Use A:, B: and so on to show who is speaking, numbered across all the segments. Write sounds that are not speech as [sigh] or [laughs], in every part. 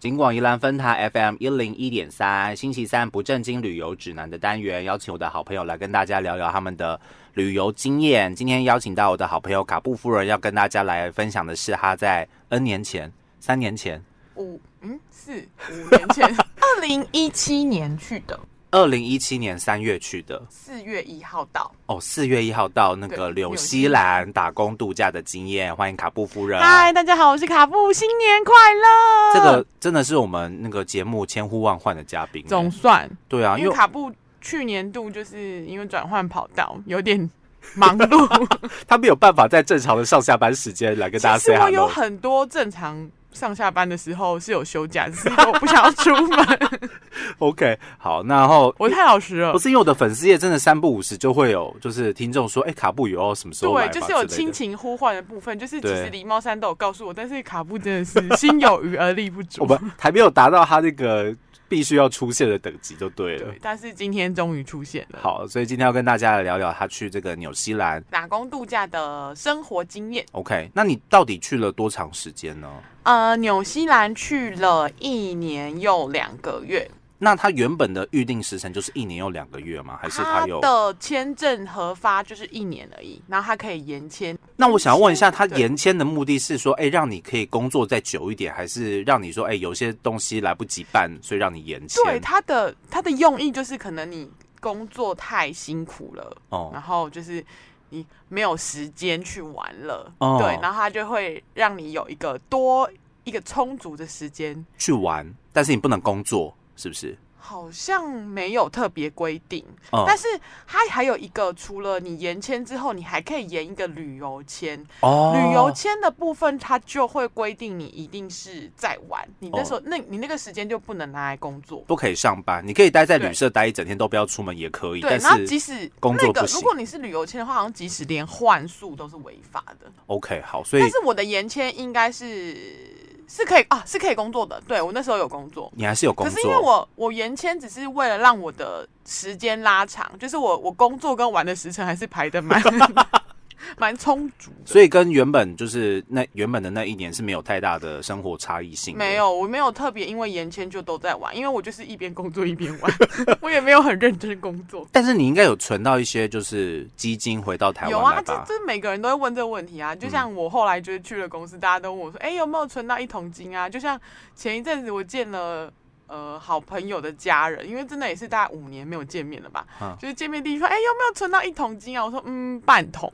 A: 尽管宜兰分台 FM 一零一点三，星期三不正经旅游指南的单元，邀请我的好朋友来跟大家聊聊他们的旅游经验。今天邀请到我的好朋友卡布夫人，要跟大家来分享的是他在 N 年前、三年前、
B: 五嗯四 [laughs] 五年前，二零一七年去的，
A: 二零一七年三月去的
B: 四月一号到。
A: 哦，四月一号到那个
B: 对
A: 纽
B: 纽
A: 西
B: 西
A: 兰打工度假的经验。欢迎卡布夫人。
B: 嗨，大家好，我是卡布，新年快乐！
A: 这个真的是我们那个节目千呼万唤的嘉宾、欸
B: 总算，
A: 对啊，因
B: 因为
A: 为
B: 卡布去年度就是因为转换跑道有点
A: [laughs]
B: 忙碌，
A: 他没有办法在正常的上下班时间来跟大家
B: 其
A: say
B: 实我有
A: hello。
B: 很多正常上下班的时候是有休假，只是因为我不想要出门，
A: [laughs] OK，好，那然后
B: 我太老实了
A: 不。是因为我的粉丝页真的三不五时就会有，就是听众说，哎、卡布有什么时候来吧
B: 对，就是
A: 之
B: 有
A: 类的
B: 亲情呼唤的部分，就是其
A: 对
B: 实狸猫山都有告诉我，但是卡布真的是心有余而力不足。
A: 我们还没有达到他那个必须要出现的等级就对了。
B: 对，但是今天终于出现了。
A: 好，所以今天要跟大家来聊聊他去这个纽西兰。
B: 打工度假的生活经验。
A: OK，那你到底去了多长时间呢？
B: 呃，纽西兰去了一年又两个月，
A: 那他原本的预定时程就是一年又两个月吗？还是他
B: 他
A: 有？
B: 的签证核发就是一年而已，然后他可以延签。
A: 那我想要问一下，他
B: 对
A: 延签的目的是说，哎、让你可以工作再久一点，还是让你说，哎、有些东西来不及办，所以让你延签？
B: 对，他的他的用意就是可能你工作太辛苦了，
A: 哦，
B: 然后就是你没有时间去玩了，
A: 哦
B: 对，然后他就会让你有一个多一个充足的时间，
A: 去玩，但是你不能工作，是不是？
B: 好像没有特别规定。
A: 嗯
B: 但是它还有一个，除了你延签之后，你还可以延一个旅游签。
A: 哦
B: 旅游签的部分，它就会规定你一定是在玩，你
A: 哦
B: 那时候、那你那个时间就不能拿来工作。
A: 不可以上班，你可以待在
B: 对
A: 旅社待一整天，都不要出门也可以。
B: 对，
A: 但
B: 然后
A: 是
B: 即使
A: 工作
B: 那
A: 不
B: 个，
A: 行
B: 如果你是旅游签的话，好像即使连换宿都是违法的。
A: OK 好，所以
B: 但是我的延签应该是是可以啊，是可以工作的。对我那时候有工作，
A: 你还是有工
B: 可
A: 作。
B: 是因为我我延签只是为了让我的时间拉长，就是我我工作跟玩的时辰还是排的
A: [laughs]
B: 蛮蛮充足的。
A: 所以跟原本就是那原本的那一年是没有太大的生活差异性。
B: 没。有，我没有特别因为延签就都在玩，因为我就是一边工作一边玩， [laughs] 我也没有很认真工作。
A: 但是你应该有存到一些就是基金回到台
B: 有
A: 湾
B: 啊
A: 来，
B: 这
A: 吧？嗯
B: 这每个人都会问这个问题啊。就像我后来就是去了公司，大家都问我说：“哎、有没有存到一桶金啊？”就像前一阵子我见了呃好朋友的家人，因为真的也是大概五年没有见面了吧，
A: 嗯
B: 就是见面第一说：“哎、有没有存到一桶金啊？”我说：“嗯，半桶。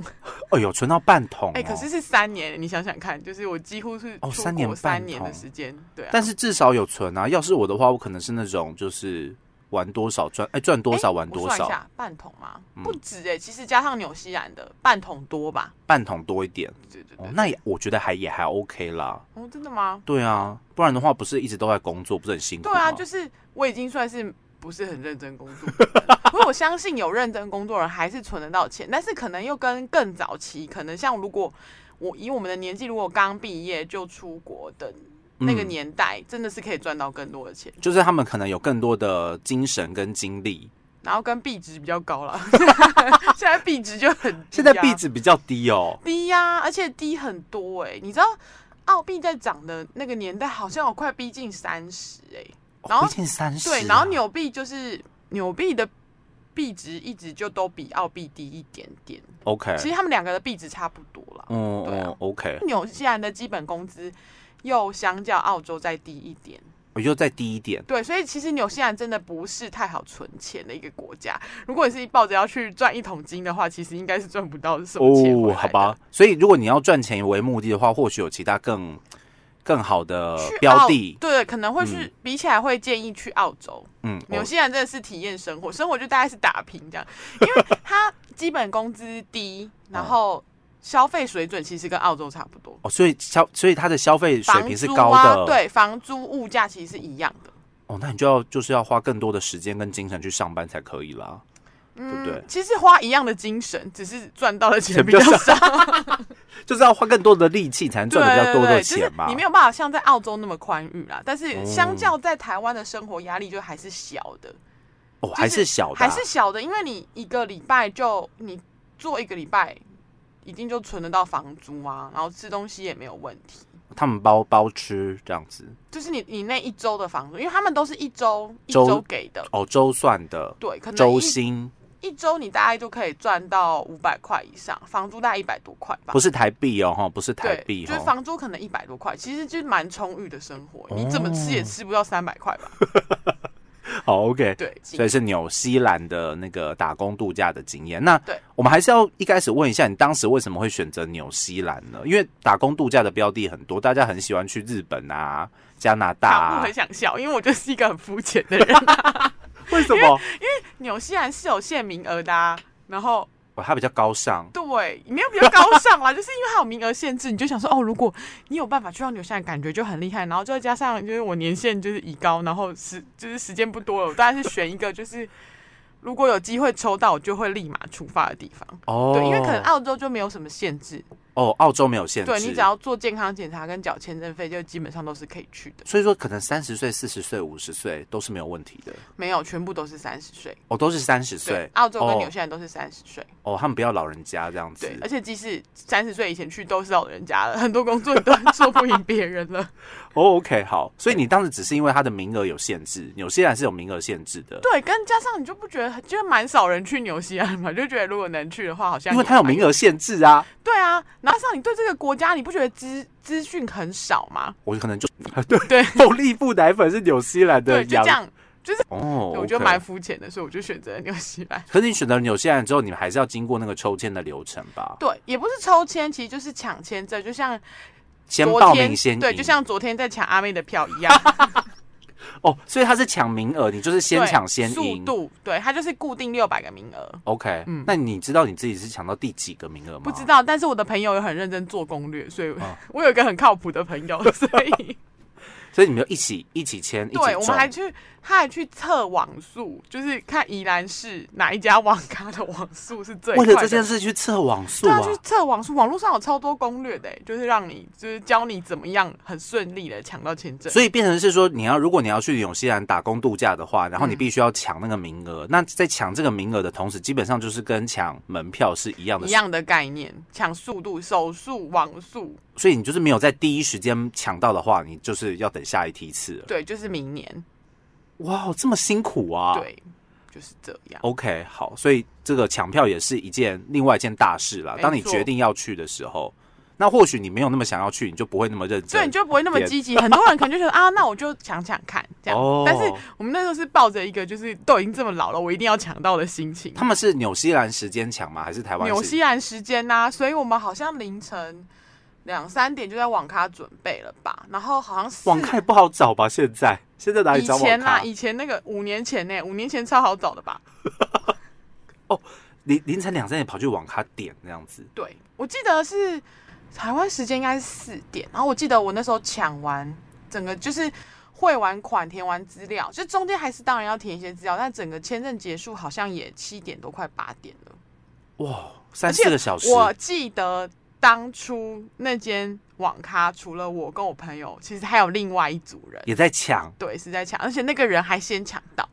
A: 哦，有存到半桶、哦。
B: [laughs] 哎、可是是三年，你想想看，就是我几乎是
A: 哦
B: 出
A: 三年
B: 国
A: 半
B: 三年的
A: 桶
B: 时间，对啊。
A: 但是至少有存啊。要是我的话，我可能是那种就是玩多少赚，哎、赚多
B: 哎
A: 少玩
B: 我
A: 多
B: 算一
A: 少，嗯
B: 下，半桶吗？不止哎、其实加上纽西兰的半桶多吧？
A: 半桶多一点。
B: 对对对，
A: 哦，那也我觉得还也还 OK 啦。
B: 哦，真的吗？
A: 对啊，不然的话不是一直都在工作，不是很辛苦
B: 对
A: 吗？
B: 啊，就是我已经算是不是很认真工 [laughs] 作的人，因为我相信有认真工作的人还是存得到钱，但是可能又跟更早期，可能像如果我以我们的年纪，如果刚毕业就出国的那个
A: 嗯
B: 年代，真的是可以赚到更多的 [laughs] 钱，
A: 就是他们可能有更多的精神跟精
B: 啊
A: 力。
B: 然后跟币值比较高了， [laughs] 现在币值就很低啊、
A: 现在币值比较低哦，
B: 低呀、而且低很多哎、你知道澳币在涨的那个年代，好像有快逼近三十哎，然后
A: 毕竟哦三十、啊
B: 对，然后纽币就是纽币的币值一直就都比澳币低一点点，
A: OK，
B: 其实他们两个的币值差不多啦。
A: 嗯
B: 对啊
A: 嗯 OK，
B: 纽西兰的基本工资又相较澳洲再低一点，
A: 我就再低一点。
B: 对，所以其实纽西兰真的不是太好存钱的一个国家。如果你是抱着要去赚一桶金的话，其实应该是赚不到什么钱回
A: 哦
B: 来的
A: 好吧，所以如果你要赚钱为目的的话，或许有其他更更好的
B: 去
A: 标
B: 澳
A: 的。
B: 对，可能会是、
A: 嗯
B: 比起来会建议去澳洲。
A: 嗯，
B: 纽
A: 哦
B: 西兰真的是体验生活，生活就大概是打平这样，因为它基本工资低，
A: 嗯
B: 然后消费水准其实跟澳洲差不多，
A: 哦，所以消所以它的消费水
B: 房
A: 平是
B: 租
A: 高
B: 啊，
A: 的，。
B: 对，房租物价其实是一样的，
A: 哦，那你就要就是要花更多的时间跟精神去上班才可以啦。
B: 嗯，
A: 对不对
B: 其实花一样的精神，只是赚到的钱
A: 钱比
B: 比
A: 较
B: 较少，
A: 就是要花更多的力气才能 [laughs]
B: 对
A: 赚的比较多
B: 对
A: 的
B: 对就是
A: 钱嘛。
B: 你没有办法像在澳洲那么宽裕啦，但是
A: 嗯
B: 相较在台湾的生活压力就还是小的。
A: 哦，还是小的啊、
B: 还是小的，因为你一个礼拜就你做一个礼拜，一定就存得到房租啊，然后吃东西也没有问题。
A: 他们包包吃这样子，
B: 就是你你那一周的房租，因为他们都是一周一
A: 周
B: 周给的，
A: 哦，周算的，
B: 对，可能
A: 周
B: 一
A: 薪
B: 一周你大概就可以赚到五百块以上，房租大概一百多块吧
A: 不。是台币哦，哈，不是台
B: 对，
A: 币
B: 就是
A: 哦，
B: 房租可能一百多块，其实就是蛮充裕的生活，
A: 哦
B: 你怎么吃也吃不到三百块吧？
A: 好哦 OK。
B: 对，
A: 所以是纽西兰的那个打工度假的经验。那
B: 对
A: 我们还是要一开始问一下，你当时为什么会选择纽西兰呢？因为打工度假的标的很多，大家很喜欢去日本啊、加拿大、
B: 卡布
A: 啊
B: 很，想笑，因为我就是一个很肤浅
A: [laughs]
B: 的人。
A: 为什么？
B: 纽西兰是有限名额的、啊，然后
A: 哦，它比较高尚。
B: 对，没有比较高尚啦， [laughs] 就是因为它有名额限制，你就想说哦，如果你有办法去到纽西兰，感觉就很厉害。然后再加上就是我年限就是已高，然后时就是时间不多了，我当然是选一个就是如果有机会抽到，我就会立马出发的地方。
A: 哦，
B: 对，因为可能澳洲就没有什么限制，
A: 哦，澳洲没有限制，
B: 对你只要做健康检查跟缴签证费，就基本上都是可以去的，
A: 所以说可能三十岁、四十岁、五十岁都是没有问题的。
B: 没有全部都是三十岁。
A: 哦，都是三十岁，
B: 澳洲跟
A: 哦
B: 纽西兰都是三十岁。
A: 哦，他们不要老人家这样子
B: 对，。而且即使三十岁以前去都是老人家了，很多工作你都做不赢别人了。
A: 哦，OK，好，所以你当时只是因为它的名额有限制，纽西兰是有名额限制的，
B: 对，跟加上你就不觉得，就蛮少人去纽西兰嘛，就觉得如果能去的话，好像
A: 因为它有名
B: 额。
A: 额限制啊。
B: 对啊，然后像你对这个国家，你不觉得资资讯很少吗？
A: 我可能就对
B: [laughs] 对
A: [laughs] 凤梨布奶粉是纽西兰的
B: 对，就
A: 羊
B: 这样，
A: 哦，
B: 我觉得
A: OK
B: 蛮肤浅的，所以我就选择了纽西兰。
A: 可是你选择纽西兰之后，你们还是要经过那个抽签的流程吧？
B: 对，也不是抽签，其实就是抢签证，就像
A: 先
B: 昨
A: 报
B: 天
A: 名先赢
B: 对，就像昨天在抢阿妹的票一样，
A: 哦，所以它是抢名额，你就是 [laughs] 先
B: 对
A: 抢先
B: 速
A: 赢。
B: 度，对，它就是固定六百个名额。
A: OK，、
B: 嗯
A: 那你知道你自己是抢到第几个名额吗？
B: 不知道，但是我的朋友有很认真做攻略，所以
A: 哦
B: [laughs] 我有一个很靠谱的朋友，所以
A: 所以你们就一起一起签，一起
B: 对我们
A: 中
B: 还去，他还去测网速，就是看宜兰市哪一家网咖的网速是最快
A: 为
B: 的。
A: 了这件事去测网速
B: 对
A: 啊
B: 啊，，去测网速，网络上有超多攻略的、欸就是让你就是教你怎么样很顺利的抢到签证。
A: 所以变成是说，你要如果你要去纽西兰打工度假的话，然后你
B: 嗯
A: 必须要抢那个名额。那在抢这个名额的同时，基本上就是跟抢门票是一样的，
B: 一。样的概念，抢速度、手速、网速，
A: 所以你就是没有在第一时间抢到的话，你就是要等下一梯次了。
B: 对，就是明年，
A: 哇，这么辛苦啊！。哦
B: 对，就是这样。
A: OK，好，所以这个抢票也是一件另外一件大事啦。
B: 没错
A: 当你决定要去的时候，那或许你没有那么想要去，你就不会那么认
B: 所以
A: 真
B: 你。就不会那么
A: 点
B: 积极。很多人可能就觉得啊，那我就抢抢看这样。
A: 哦
B: 但是我们那时候是抱着一个就是都已经这么老了，我一定要抢到的心情。
A: 他们是纽西兰时间抢吗？还是台湾时？
B: 纽西兰时间呐、所以我们好像凌晨两三点就在网咖准备了吧，然后好像是
A: 网咖也不好找吧？现在现在哪里
B: 以
A: 找网
B: 前
A: 咖？
B: 以前那个五年前呢、五年前超好找的吧？
A: 凌凌晨两三点跑去网咖点那样子，
B: 对，我记得是台湾时间应该是四点，然后我记得我那时候抢完整个就是汇完款、填完资料，就中间还是当然要填一些资料，但整个签证结束好像也七点多快八点了。
A: 哇，三
B: 而且
A: 四个小时，
B: 我记得当初那间网咖除了我跟我朋友，其实还有另外一组人，
A: 也在抢。
B: 对，是在抢，而且那个人还先抢到。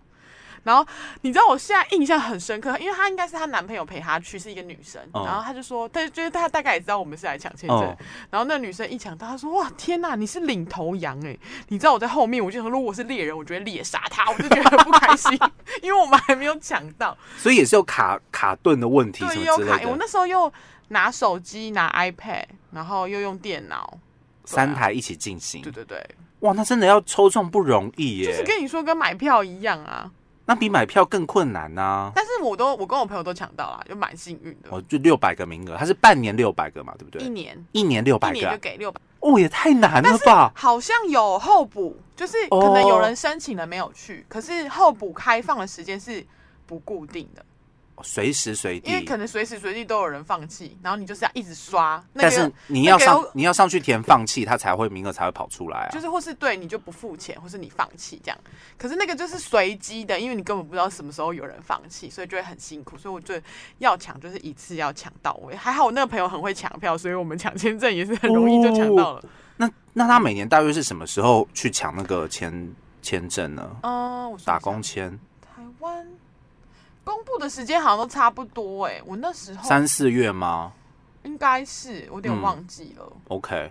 B: 然后你知道我现在印象很深刻，因为她应该是她男朋友陪她去，是一个女生。
A: 嗯
B: 然后她就说，她就是她大概也知道我们是来抢签证。
A: 哦，
B: 然后那女生一抢到，她说：“哇，天呐，你是领头羊哎、你知道我在后面，我就想，如果我是猎人，我就会猎杀他，我就觉得很不开心， [laughs] 因为我们还没有抢到。
A: 所以也是有卡卡顿的问题什
B: 对，
A: 么
B: 又
A: 之
B: 卡，
A: 类
B: 我
A: 的，
B: 那时候又拿手机、拿 iPad，然后又用电脑。
A: 三台一起进行
B: 对。对对，
A: 哇，那真的要抽中不容易
B: 就是
A: 耶，
B: 跟你说跟买票一样啊。
A: 那比买票更困难呐。
B: 但是我都我跟我朋友都抢到了，就蛮幸运的。
A: 哦，就六百个名额，它是半年六百个嘛，对不
B: 一
A: 对？
B: 年
A: 一年六
B: 一
A: 百个
B: 年就
A: 啊，
B: 给六百，
A: 哦，也太难了吧！
B: 好像有候补，就是可能
A: 哦
B: 有人申请了没有去，可是候补开放的时间是不固定的，
A: 随时随
B: 因为
A: 地
B: 可，能随时随地都有人放弃，然后你就是要一直刷，那
A: 但
B: 个
A: 是你要上
B: 那个
A: 你要上去填放弃，它才会名额才会跑出来
B: 就
A: 啊。
B: 是或是对你就不付钱，或是你放弃这样。可是那个就是随机的，因为你根本不知道什么时候有人放弃，所以就会很辛苦。所以我觉得要抢就是一次要抢到位。还好我那个朋友很会抢票，所以我们抢签证也是很容易就抢到了。
A: 那那他每年大约是什么时候去抢那个签签证呢？
B: 嗯，我算
A: 打
B: 一下
A: 工签
B: 台湾公布的时间好像都差不多哎、我那时候
A: 三四月吗嗯
B: 应该是我有点忘记了。
A: ？OK，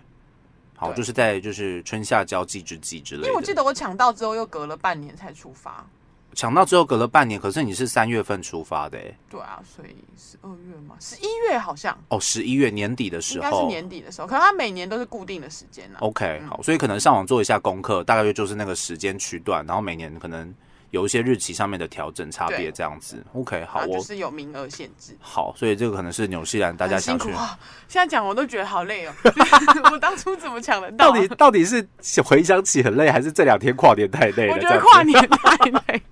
A: 好，
B: 对
A: 就是在就是春夏交际之际之类
B: 因
A: 的。
B: 为我记得我抢到之后又隔了半年才出发，
A: 抢到之后隔了半年，可是你是三月份出发的、欸，
B: 对啊，所以十二月嘛，十一月好像
A: 哦，十一月年底的时
B: 应
A: 候，哦
B: 该是年底的时候，可是它每年都是固定的时间啦。
A: OK，
B: 嗯
A: 好，所以可能上网做一下功课，大概就是那个时间区段，然后每年可能有一些日期上面的调整差别
B: 对
A: 这样子。OK，好，
B: 然后就
A: 我
B: 是有名额限制。
A: 好，所以这个可能是纽西兰大家
B: 很辛
A: 想去
B: 苦，啊！现在讲我都觉得好累哦， [laughs] 我当初怎么抢得到、
A: [laughs] 到
B: 啊？
A: 底到底是回想起很累，还是这两天跨年太累了？
B: 我觉
A: 这
B: 得
A: 样子
B: 跨年太
A: [laughs]
B: 累，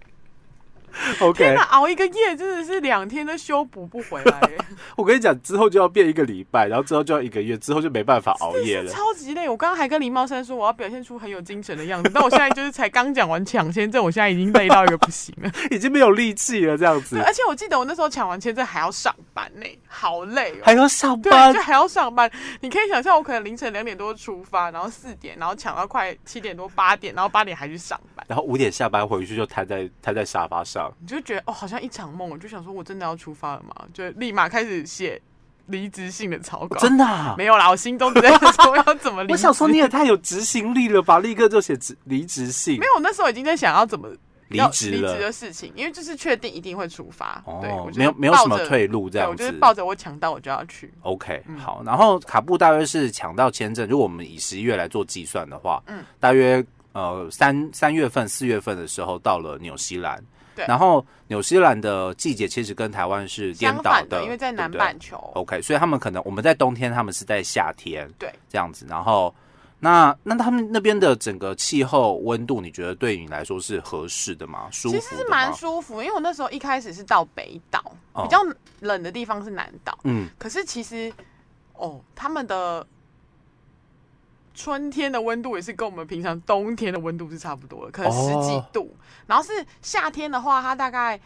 B: 天
A: OK，
B: 哪，熬一个夜真的是两天都修补不回来
A: [laughs]
B: 欸耶，
A: 我跟你讲，之后就要变一个礼拜，然后之后就要一个月，之后就没办法熬夜
B: [laughs]
A: 了。
B: 超级累。我刚刚还跟林茂山说我要表现出很有精神的样子，但我现在就是才刚讲完抢签证，我现在已经累到一个不行
A: [laughs]
B: 了。
A: 已经没有力气了，这样子
B: 对，而且我记得我那时候抢完签证还要上班呢、好累哦。
A: 还要上
B: 对，
A: 班
B: 就，还要上班。你可以想象，我可能凌晨两点多出发，然后四点，然后抢到快七点多八点，然后八点还去上班。
A: 然后五点下班回去就瘫在瘫在沙发上。
B: 你就觉得哦，好像一场梦。我就想说，我真的要出发了吗？就立马开始写离职信的草稿。
A: 真的、啊，
B: 没有 [laughs] 啦，我心中只在想说要怎么离职。
A: 我想说你也太有执行力了吧，立刻就写职离职信
B: 没，有，我那时候已经在想要怎么
A: 离
B: 要
A: 职
B: 离职
A: 了。
B: 的事情，因为就是确定一定会出发。对，我
A: 哦，
B: 就是
A: 没有没有什
B: 抱
A: 么
B: 着
A: 退路这
B: 对，
A: 样
B: 我就是
A: 子。
B: 抱着我抢到我就要去。
A: OK，
B: 嗯
A: 好。然后卡布大约是抢到签证，如果我们以十一月来做计算的话，
B: 嗯
A: 大约呃三三月份、四月份的时候到了纽西兰。
B: 对
A: 然后纽西兰的季节其实跟台湾是颠
B: 相
A: 倒
B: 反的，因为在南
A: 对不哦对
B: 半球。
A: OK，所以他们可能我们在冬天，他们是在夏天，
B: 对，
A: 这样子。然后，那那他们那边的整个气候温度，你觉得对你来说是合适的吗？舒服
B: 其
A: 的
B: 实是蛮
A: 吗
B: 舒服，因为我那时候一开始是到北岛，
A: 哦
B: 比较冷的地方是南岛，
A: 嗯，
B: 可是其实哦，他们的春天的温度也是跟我们平常冬天的温度是差不多的，可能十几
A: 哦
B: 度。然后是夏天的话，它大概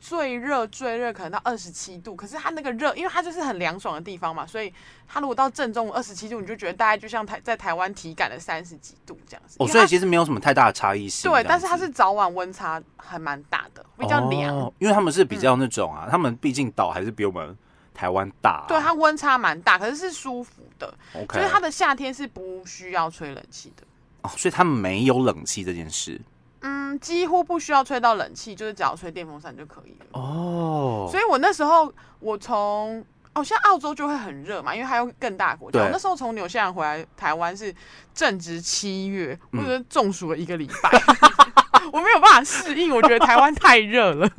B: 最热最热可能到二十七度，可是它那个热，因为它就是很凉爽的地方嘛，所以它如果到正中午二十七度，你就觉得大概就像台在台湾体感的三十几度这样子。
A: 哦，
B: 因为
A: 所以
B: 它
A: 其实没有什么太大的差异性这
B: 对，
A: 样子。
B: 但是它是早晚温差还蛮大的，比较凉。嗯
A: 哦，因为他们是比较那种啊，他们毕竟岛还是比我们台湾大啊、
B: 对，它温差蛮大，可是是舒服的，
A: OK，
B: 就是它的夏天是不需要吹冷气的，
A: 哦，所以他们没有冷气这件事
B: 嗯，几乎不需要吹到冷气，就是只要吹电风扇就可以了。
A: 哦
B: 所以我那时候我从哦，像澳洲就会很热嘛，因为它有更大的国家。
A: 对
B: 我那时候从纽西兰回来台湾是正值七月，我
A: 嗯
B: 觉得中暑了一个礼拜， [laughs] 我没有办法适应，我觉得台湾太
A: [laughs]
B: 热了。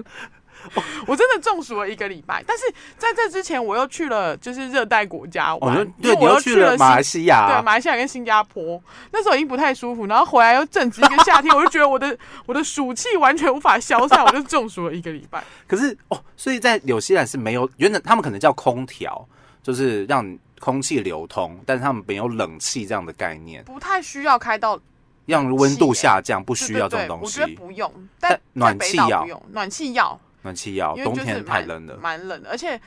A: 哦
B: 我真的中暑了一个礼拜，但是在这之前我又去了就是热带国家
A: 哦
B: 玩，，因
A: 对，
B: 为
A: 你
B: 我
A: 又
B: 又
A: 去
B: 了
A: 了
B: 新
A: 马来西亚
B: 对，
A: 啊，
B: 马来西亚跟新加坡，那时候已经不太舒服，然后回来又正值一个夏天，我就觉得我的我的暑气完全无法消散，我就中暑了一个礼拜。
A: 可是哦，所以在纽西兰是没有，原本他们可能叫空调，就是让空气流通，但是他们没有冷气这样的概念，
B: 不太需要开到，
A: 让温度
B: 气
A: 下降不
B: 不
A: 需要这种东
B: 我觉
A: 西
B: 得。不用，
A: 但
B: 但
A: 暖
B: 在北
A: 气
B: 岛
A: 要
B: 不用，暖气要，
A: 暖气要，
B: 因为
A: 冬
B: 就是
A: 天
B: 蛮
A: 太冷了。
B: 蛮冷的，而且。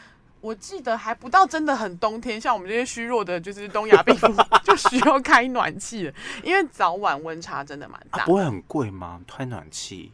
B: 我记得还不到真的很冬天，像我们这些虚弱的，就是东亚
A: [laughs]
B: 病夫就需要开暖气了，因为早晚温差真的蛮
A: 啊
B: 大。，
A: 不会很贵吗？开暖气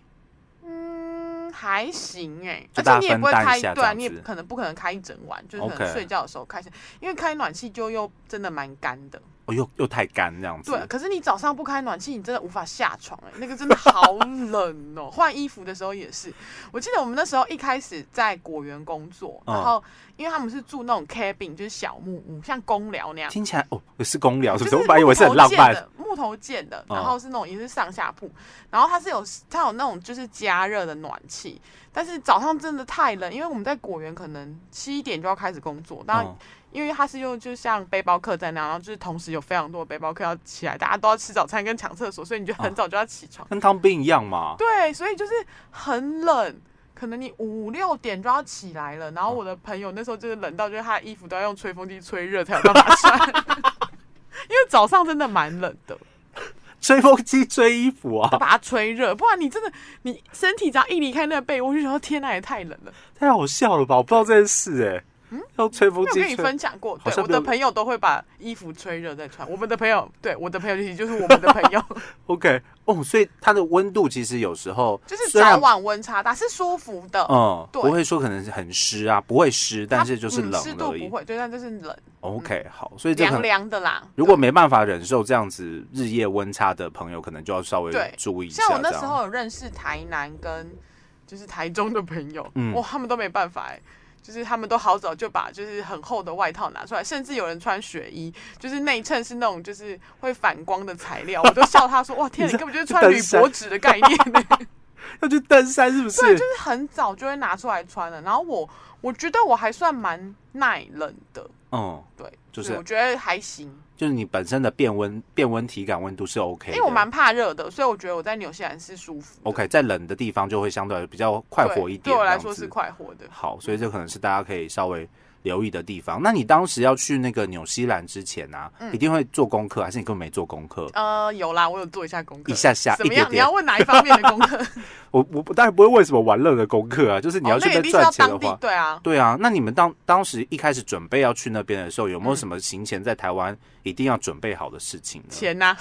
B: 嗯，还行哎、
A: 就
B: 而
A: 大家
B: 且你也不会
A: 分担
B: 开
A: 一下，
B: 对
A: 这
B: 啊，
A: 样
B: 你也
A: 子
B: 可能不可能开一整晚，就是可
A: OK
B: 能睡觉的时候开一下因为开暖气就又真的蛮干的。
A: 哦，又又太干这样子。
B: 对，可是你早上不开暖气，你真的无法下床哎、那个真的好冷
A: [laughs]
B: 哦、换衣服的时候也是，我记得我们那时候一开始在果园工作，
A: 嗯
B: 然后因为他们是住那种 cabin，就是小木屋，像公寮那样。
A: 听起来哦，是公聊是
B: 就
A: 不
B: 是
A: 是？我本来以为是很浪
B: 木头建
A: 漫。
B: 的，木头建的，
A: 哦
B: 然后是那种也是上下铺，然后它是有它有那种就是加热的暖气，但是早上真的太冷，因为我们在果园可能七点就要开始工作，当然、
A: 嗯
B: 因为它是用就像背包客在那样，然后就是同时有非常多的背包客要起来，大家都要吃早餐跟抢厕所，所以你就很早就要起床，
A: 跟当兵一样嘛。
B: 对，所以就是很冷。可能你五六点就要起来了，
A: 嗯
B: 然后我的朋友那时候就是冷到，就是他的衣服都要用吹风机吹热才有办法穿，因为早上真的蛮冷的，
A: 吹风机吹衣服
B: 要
A: 啊，
B: 把它吹热，不然你真的你身体只要一离开那个被窝，我就觉得天哪，也太冷了。
A: 太好笑了吧？我不知道这件事哎、用吹风
B: 嗯没有
A: 机
B: 跟你
A: 吹。
B: 分享过，
A: 好
B: 对，
A: 像
B: 我
A: 没有
B: 的朋友都会把衣服吹热再穿。我们的朋友，对，我的朋友其实就是我们的朋友，
A: OK，哦，所以它的温度其实有时候
B: 就是
A: 虽
B: 早
A: 然
B: 晚温差大，是舒服的，
A: 嗯，
B: 对
A: 不会说可能是很湿啊，不会湿，但是就是
B: 它嗯湿
A: 冷
B: 度
A: 而
B: 不
A: 已。
B: 会，对，但就是冷，
A: OK，好，所以这可
B: 凉
A: 能
B: 凉的啦。
A: 如果没办法忍受这样子日夜温差的朋友，可能就要稍微
B: 对
A: 注意一下。
B: 像我那
A: 这样
B: 时，候有认识台南跟就是台中的朋友，
A: 嗯
B: 哇，他们都没办法哎、就是他们都好早就把就是很厚的外套拿出来，甚至有人穿雪衣，就是内衬是那种就是会反光的材
A: [laughs]
B: 料，我都笑他说哇天啊，你根本就是穿
A: 登
B: 铝
A: 山
B: 箔纸的概念 [laughs] 呢、
A: 要去登山是不是？
B: 就是很早就会拿出来穿了。然后我我觉得我还算蛮耐冷的，
A: 嗯，
B: 对，
A: 就
B: 我
A: 是
B: 觉得还行，
A: 就是你本身的变温变温体感温度是 OK
B: 因
A: 的。
B: 为我蛮怕热的，所以我觉得我在纽西兰是舒服的
A: OK，在冷的地方就会相对比较快
B: 对
A: 活一点，
B: 对我来
A: 这
B: 说
A: 样子
B: 是快活的。嗯
A: 好，所以这可能是大家可以稍微留意的地方。那你当时要去那个纽西兰之前啊，
B: 嗯
A: 一定会做功课，还是你根本没做功课？
B: 呃，有啦，我有做一下功课，
A: 一下下
B: 怎么
A: 一点
B: 样？
A: 点
B: 你要问哪一方面的功
A: [laughs]
B: 课？
A: 我我不当然不会问什么玩乐的功课啊，就是你要
B: 哦
A: 去
B: 那
A: 那边
B: 一定是要
A: 赚钱的
B: 当
A: 话，
B: 地，对啊，
A: 对啊。那你们当当时一开始准备要去那边的时候，有没有
B: 嗯
A: 什么行前在台湾一定要准备好的事情呢？
B: 钱呐、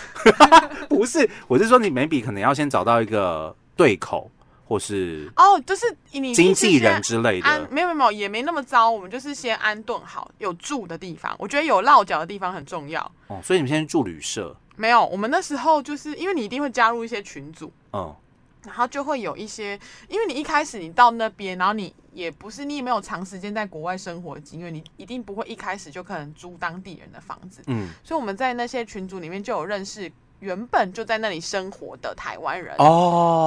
A: 不是，我是说你 maybe 可能要先找到一个对口，或是
B: 哦，就是你
A: 经纪人
B: 是
A: 之类
B: 先安
A: 的，。
B: 没有没有没有，也没那么糟，我们就是先安顿好，有住的地方，我觉得有落脚的地方很重要。
A: 哦，所以你们先住旅社，
B: 没有，我们那时候就是因为你一定会加入一些群组，
A: 嗯，
B: 然后就会有一些，因为你一开始你到那边，然后你也不是你也没有长时间在国外生活的经验，你一定不会一开始就可能租当地人的房子，
A: 嗯，
B: 所以我们在那些群组里面就有认识原本就在那里生活的台湾人，对，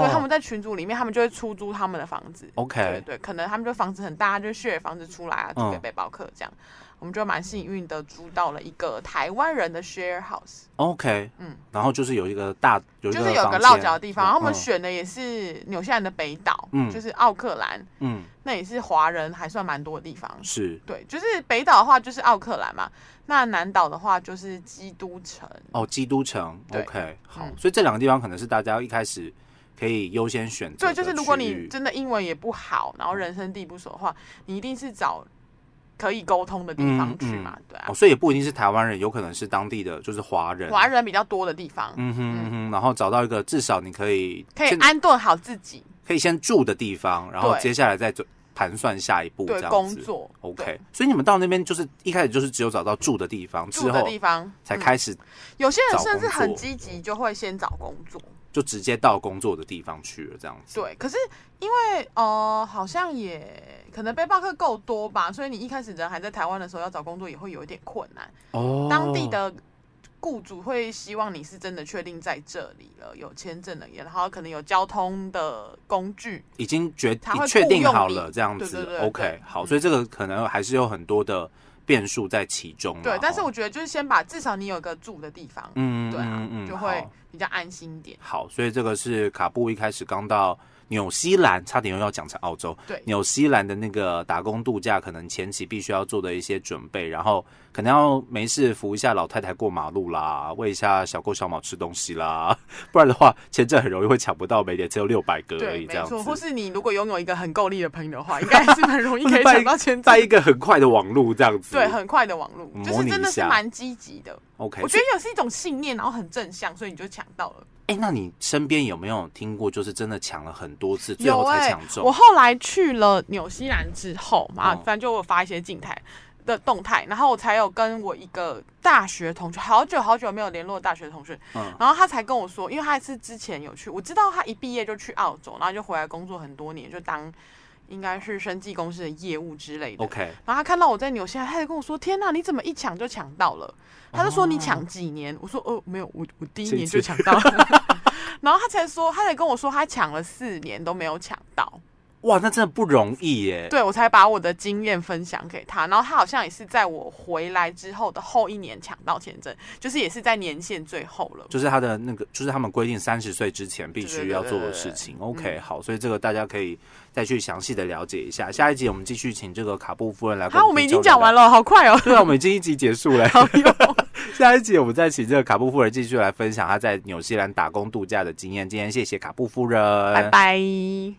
B: 他
A: 哦
B: 们在群组里面他们就会出租他们的房子。对
A: ，OK，
B: 对，可能他们就房子很大，就 share 房子出来啊，租给
A: 嗯
B: 背包客这样。我们就蛮幸运的租到了一个台湾人的 share house，
A: OK，
B: 嗯，
A: 然后就是有一个大，有一
B: 就
A: 个
B: 是有个
A: 房
B: 落
A: 间
B: 脚的地方。然后我们
A: 嗯
B: 选的也是纽西兰的北岛，
A: 嗯
B: 就是奥克兰，
A: 嗯
B: 那也是华人还算蛮多的地方。
A: 是
B: 对，就是北岛的话就是奥克兰嘛，那南岛的话就是基督城。
A: 哦，基督城
B: 对
A: ，OK，好，
B: 嗯
A: 所以这两个地方可能是大家一开始可以优先选择的
B: 对，
A: 区
B: 就
A: 域。
B: 是如果你真的英文也不好，然后人生地不熟的话，你一定是找可以沟通的地方
A: 嗯
B: 去嘛，对啊
A: 哦，，所以也不一定是台湾人，有可能是当地的就是华人，
B: 华人比较多的地方，
A: 嗯哼嗯哼，然后找到一个至少你可以
B: 可以
A: 先
B: 安顿好自己，
A: 可以先住的地方，然后
B: 对
A: 接下来再走盘算下一步这
B: 对
A: 样
B: 工
A: 子。
B: 作
A: OK，
B: 对
A: 所以你们到那边就是一开始就是只有找到住的地方，之
B: 住的
A: 后
B: 地方
A: 才
B: 嗯
A: 开始
B: 有些人
A: 找
B: 甚至
A: 工
B: 很
A: 作
B: 积极，就会先找工作。
A: 就直接到工作的地方去了，这样子。
B: 对，可是因为呃，好像也可能背包客够多吧，所以你一开始人还在台湾的时候要找工作也会有一点困难。
A: 哦，
B: 当地的雇主会希望你是真的确定在这里了，有签证了，然后可能有交通的工具，
A: 已经决
B: 他会
A: 确定好
B: 雇佣
A: 了
B: 你
A: 这样子
B: 对对对
A: o k
B: 对
A: 好，
B: 嗯
A: 所以这个可能还是有很多的变数在其中啦。
B: 对。但是
A: 哦
B: 我觉得就是先把至少你有一个住的地方，
A: 嗯
B: 对啊
A: 嗯，嗯
B: 就
A: 嗯
B: 会
A: 好
B: 比较安心一点。
A: 好，所以这个是卡布一开始刚到纽西兰，差点又要讲成澳洲。
B: 对
A: 纽西兰的那个打工度假，可能前期必须要做的一些准备，然后可能要没事扶一下老太太过马路啦，喂一下小狗小猫吃东西啦，不然的话签证很容易会抢不到，每年只有六百个而
B: 对，
A: 已这
B: 没
A: 样子
B: 错。。或是你如果拥有一个很够力的朋友的话，应该还是蛮容易
A: 或是
B: 可以
A: 拜
B: 抢到签
A: 在
B: 证。
A: 一个很快的网路这样子，
B: 对，很快的网络，
A: 模拟
B: 就是真的
A: 一
B: 是
A: 下
B: 蛮积极的。
A: OK。
B: 我觉得也是一种信念，然后很正向，所以你就抢到了。
A: 哎、那你身边有没有听过，就是真的抢了很多次，最
B: 有
A: 后才
B: 哎、
A: 抢中？
B: 我后来去了纽西兰之后嘛，
A: 嗯
B: 反正就我发一些静态的动态，然后我才有跟我一个大学同学，好久好久没有联络的大学同学，
A: 嗯
B: 然后他才跟我说，因为他是之前有去，我知道他一毕业就去澳洲，然后就回来工作很多年，就当应该是生技公司的业务之类的。
A: ，OK，
B: 然后他看到我在纽西兰，他就跟我说：“天呐，你怎么一抢就抢到了？”他就说：“
A: 哦
B: 你抢几年？”我说：“哦，没有，我我第一
A: 这一
B: 年
A: 次
B: 就抢到了。”然后他才说，他才跟我说，他抢了四年都没有抢到。
A: 哇，那真的不容易耶。
B: 对我才把我的经验分享给他，然后他好像也是在我回来之后的后一年抢到签证，就是也是在年限最后了。
A: 就是他的那个，就是他们规定三十岁之前必须要做的事情。
B: 对
A: OK，
B: 嗯
A: 好，所以这个大家可以再去详细的了解一下。下一集我们继续请这个卡布夫人来跟
B: 好，我们已经讲完
A: 了。
B: 了，好快哦。
A: 对啊，我们已经一集结束了。 [laughs]
B: 好哟，
A: 下一集我们再请这个卡布夫人继续来分享她在纽西兰打工度假的经验。今天谢谢卡布夫人，
B: 拜拜。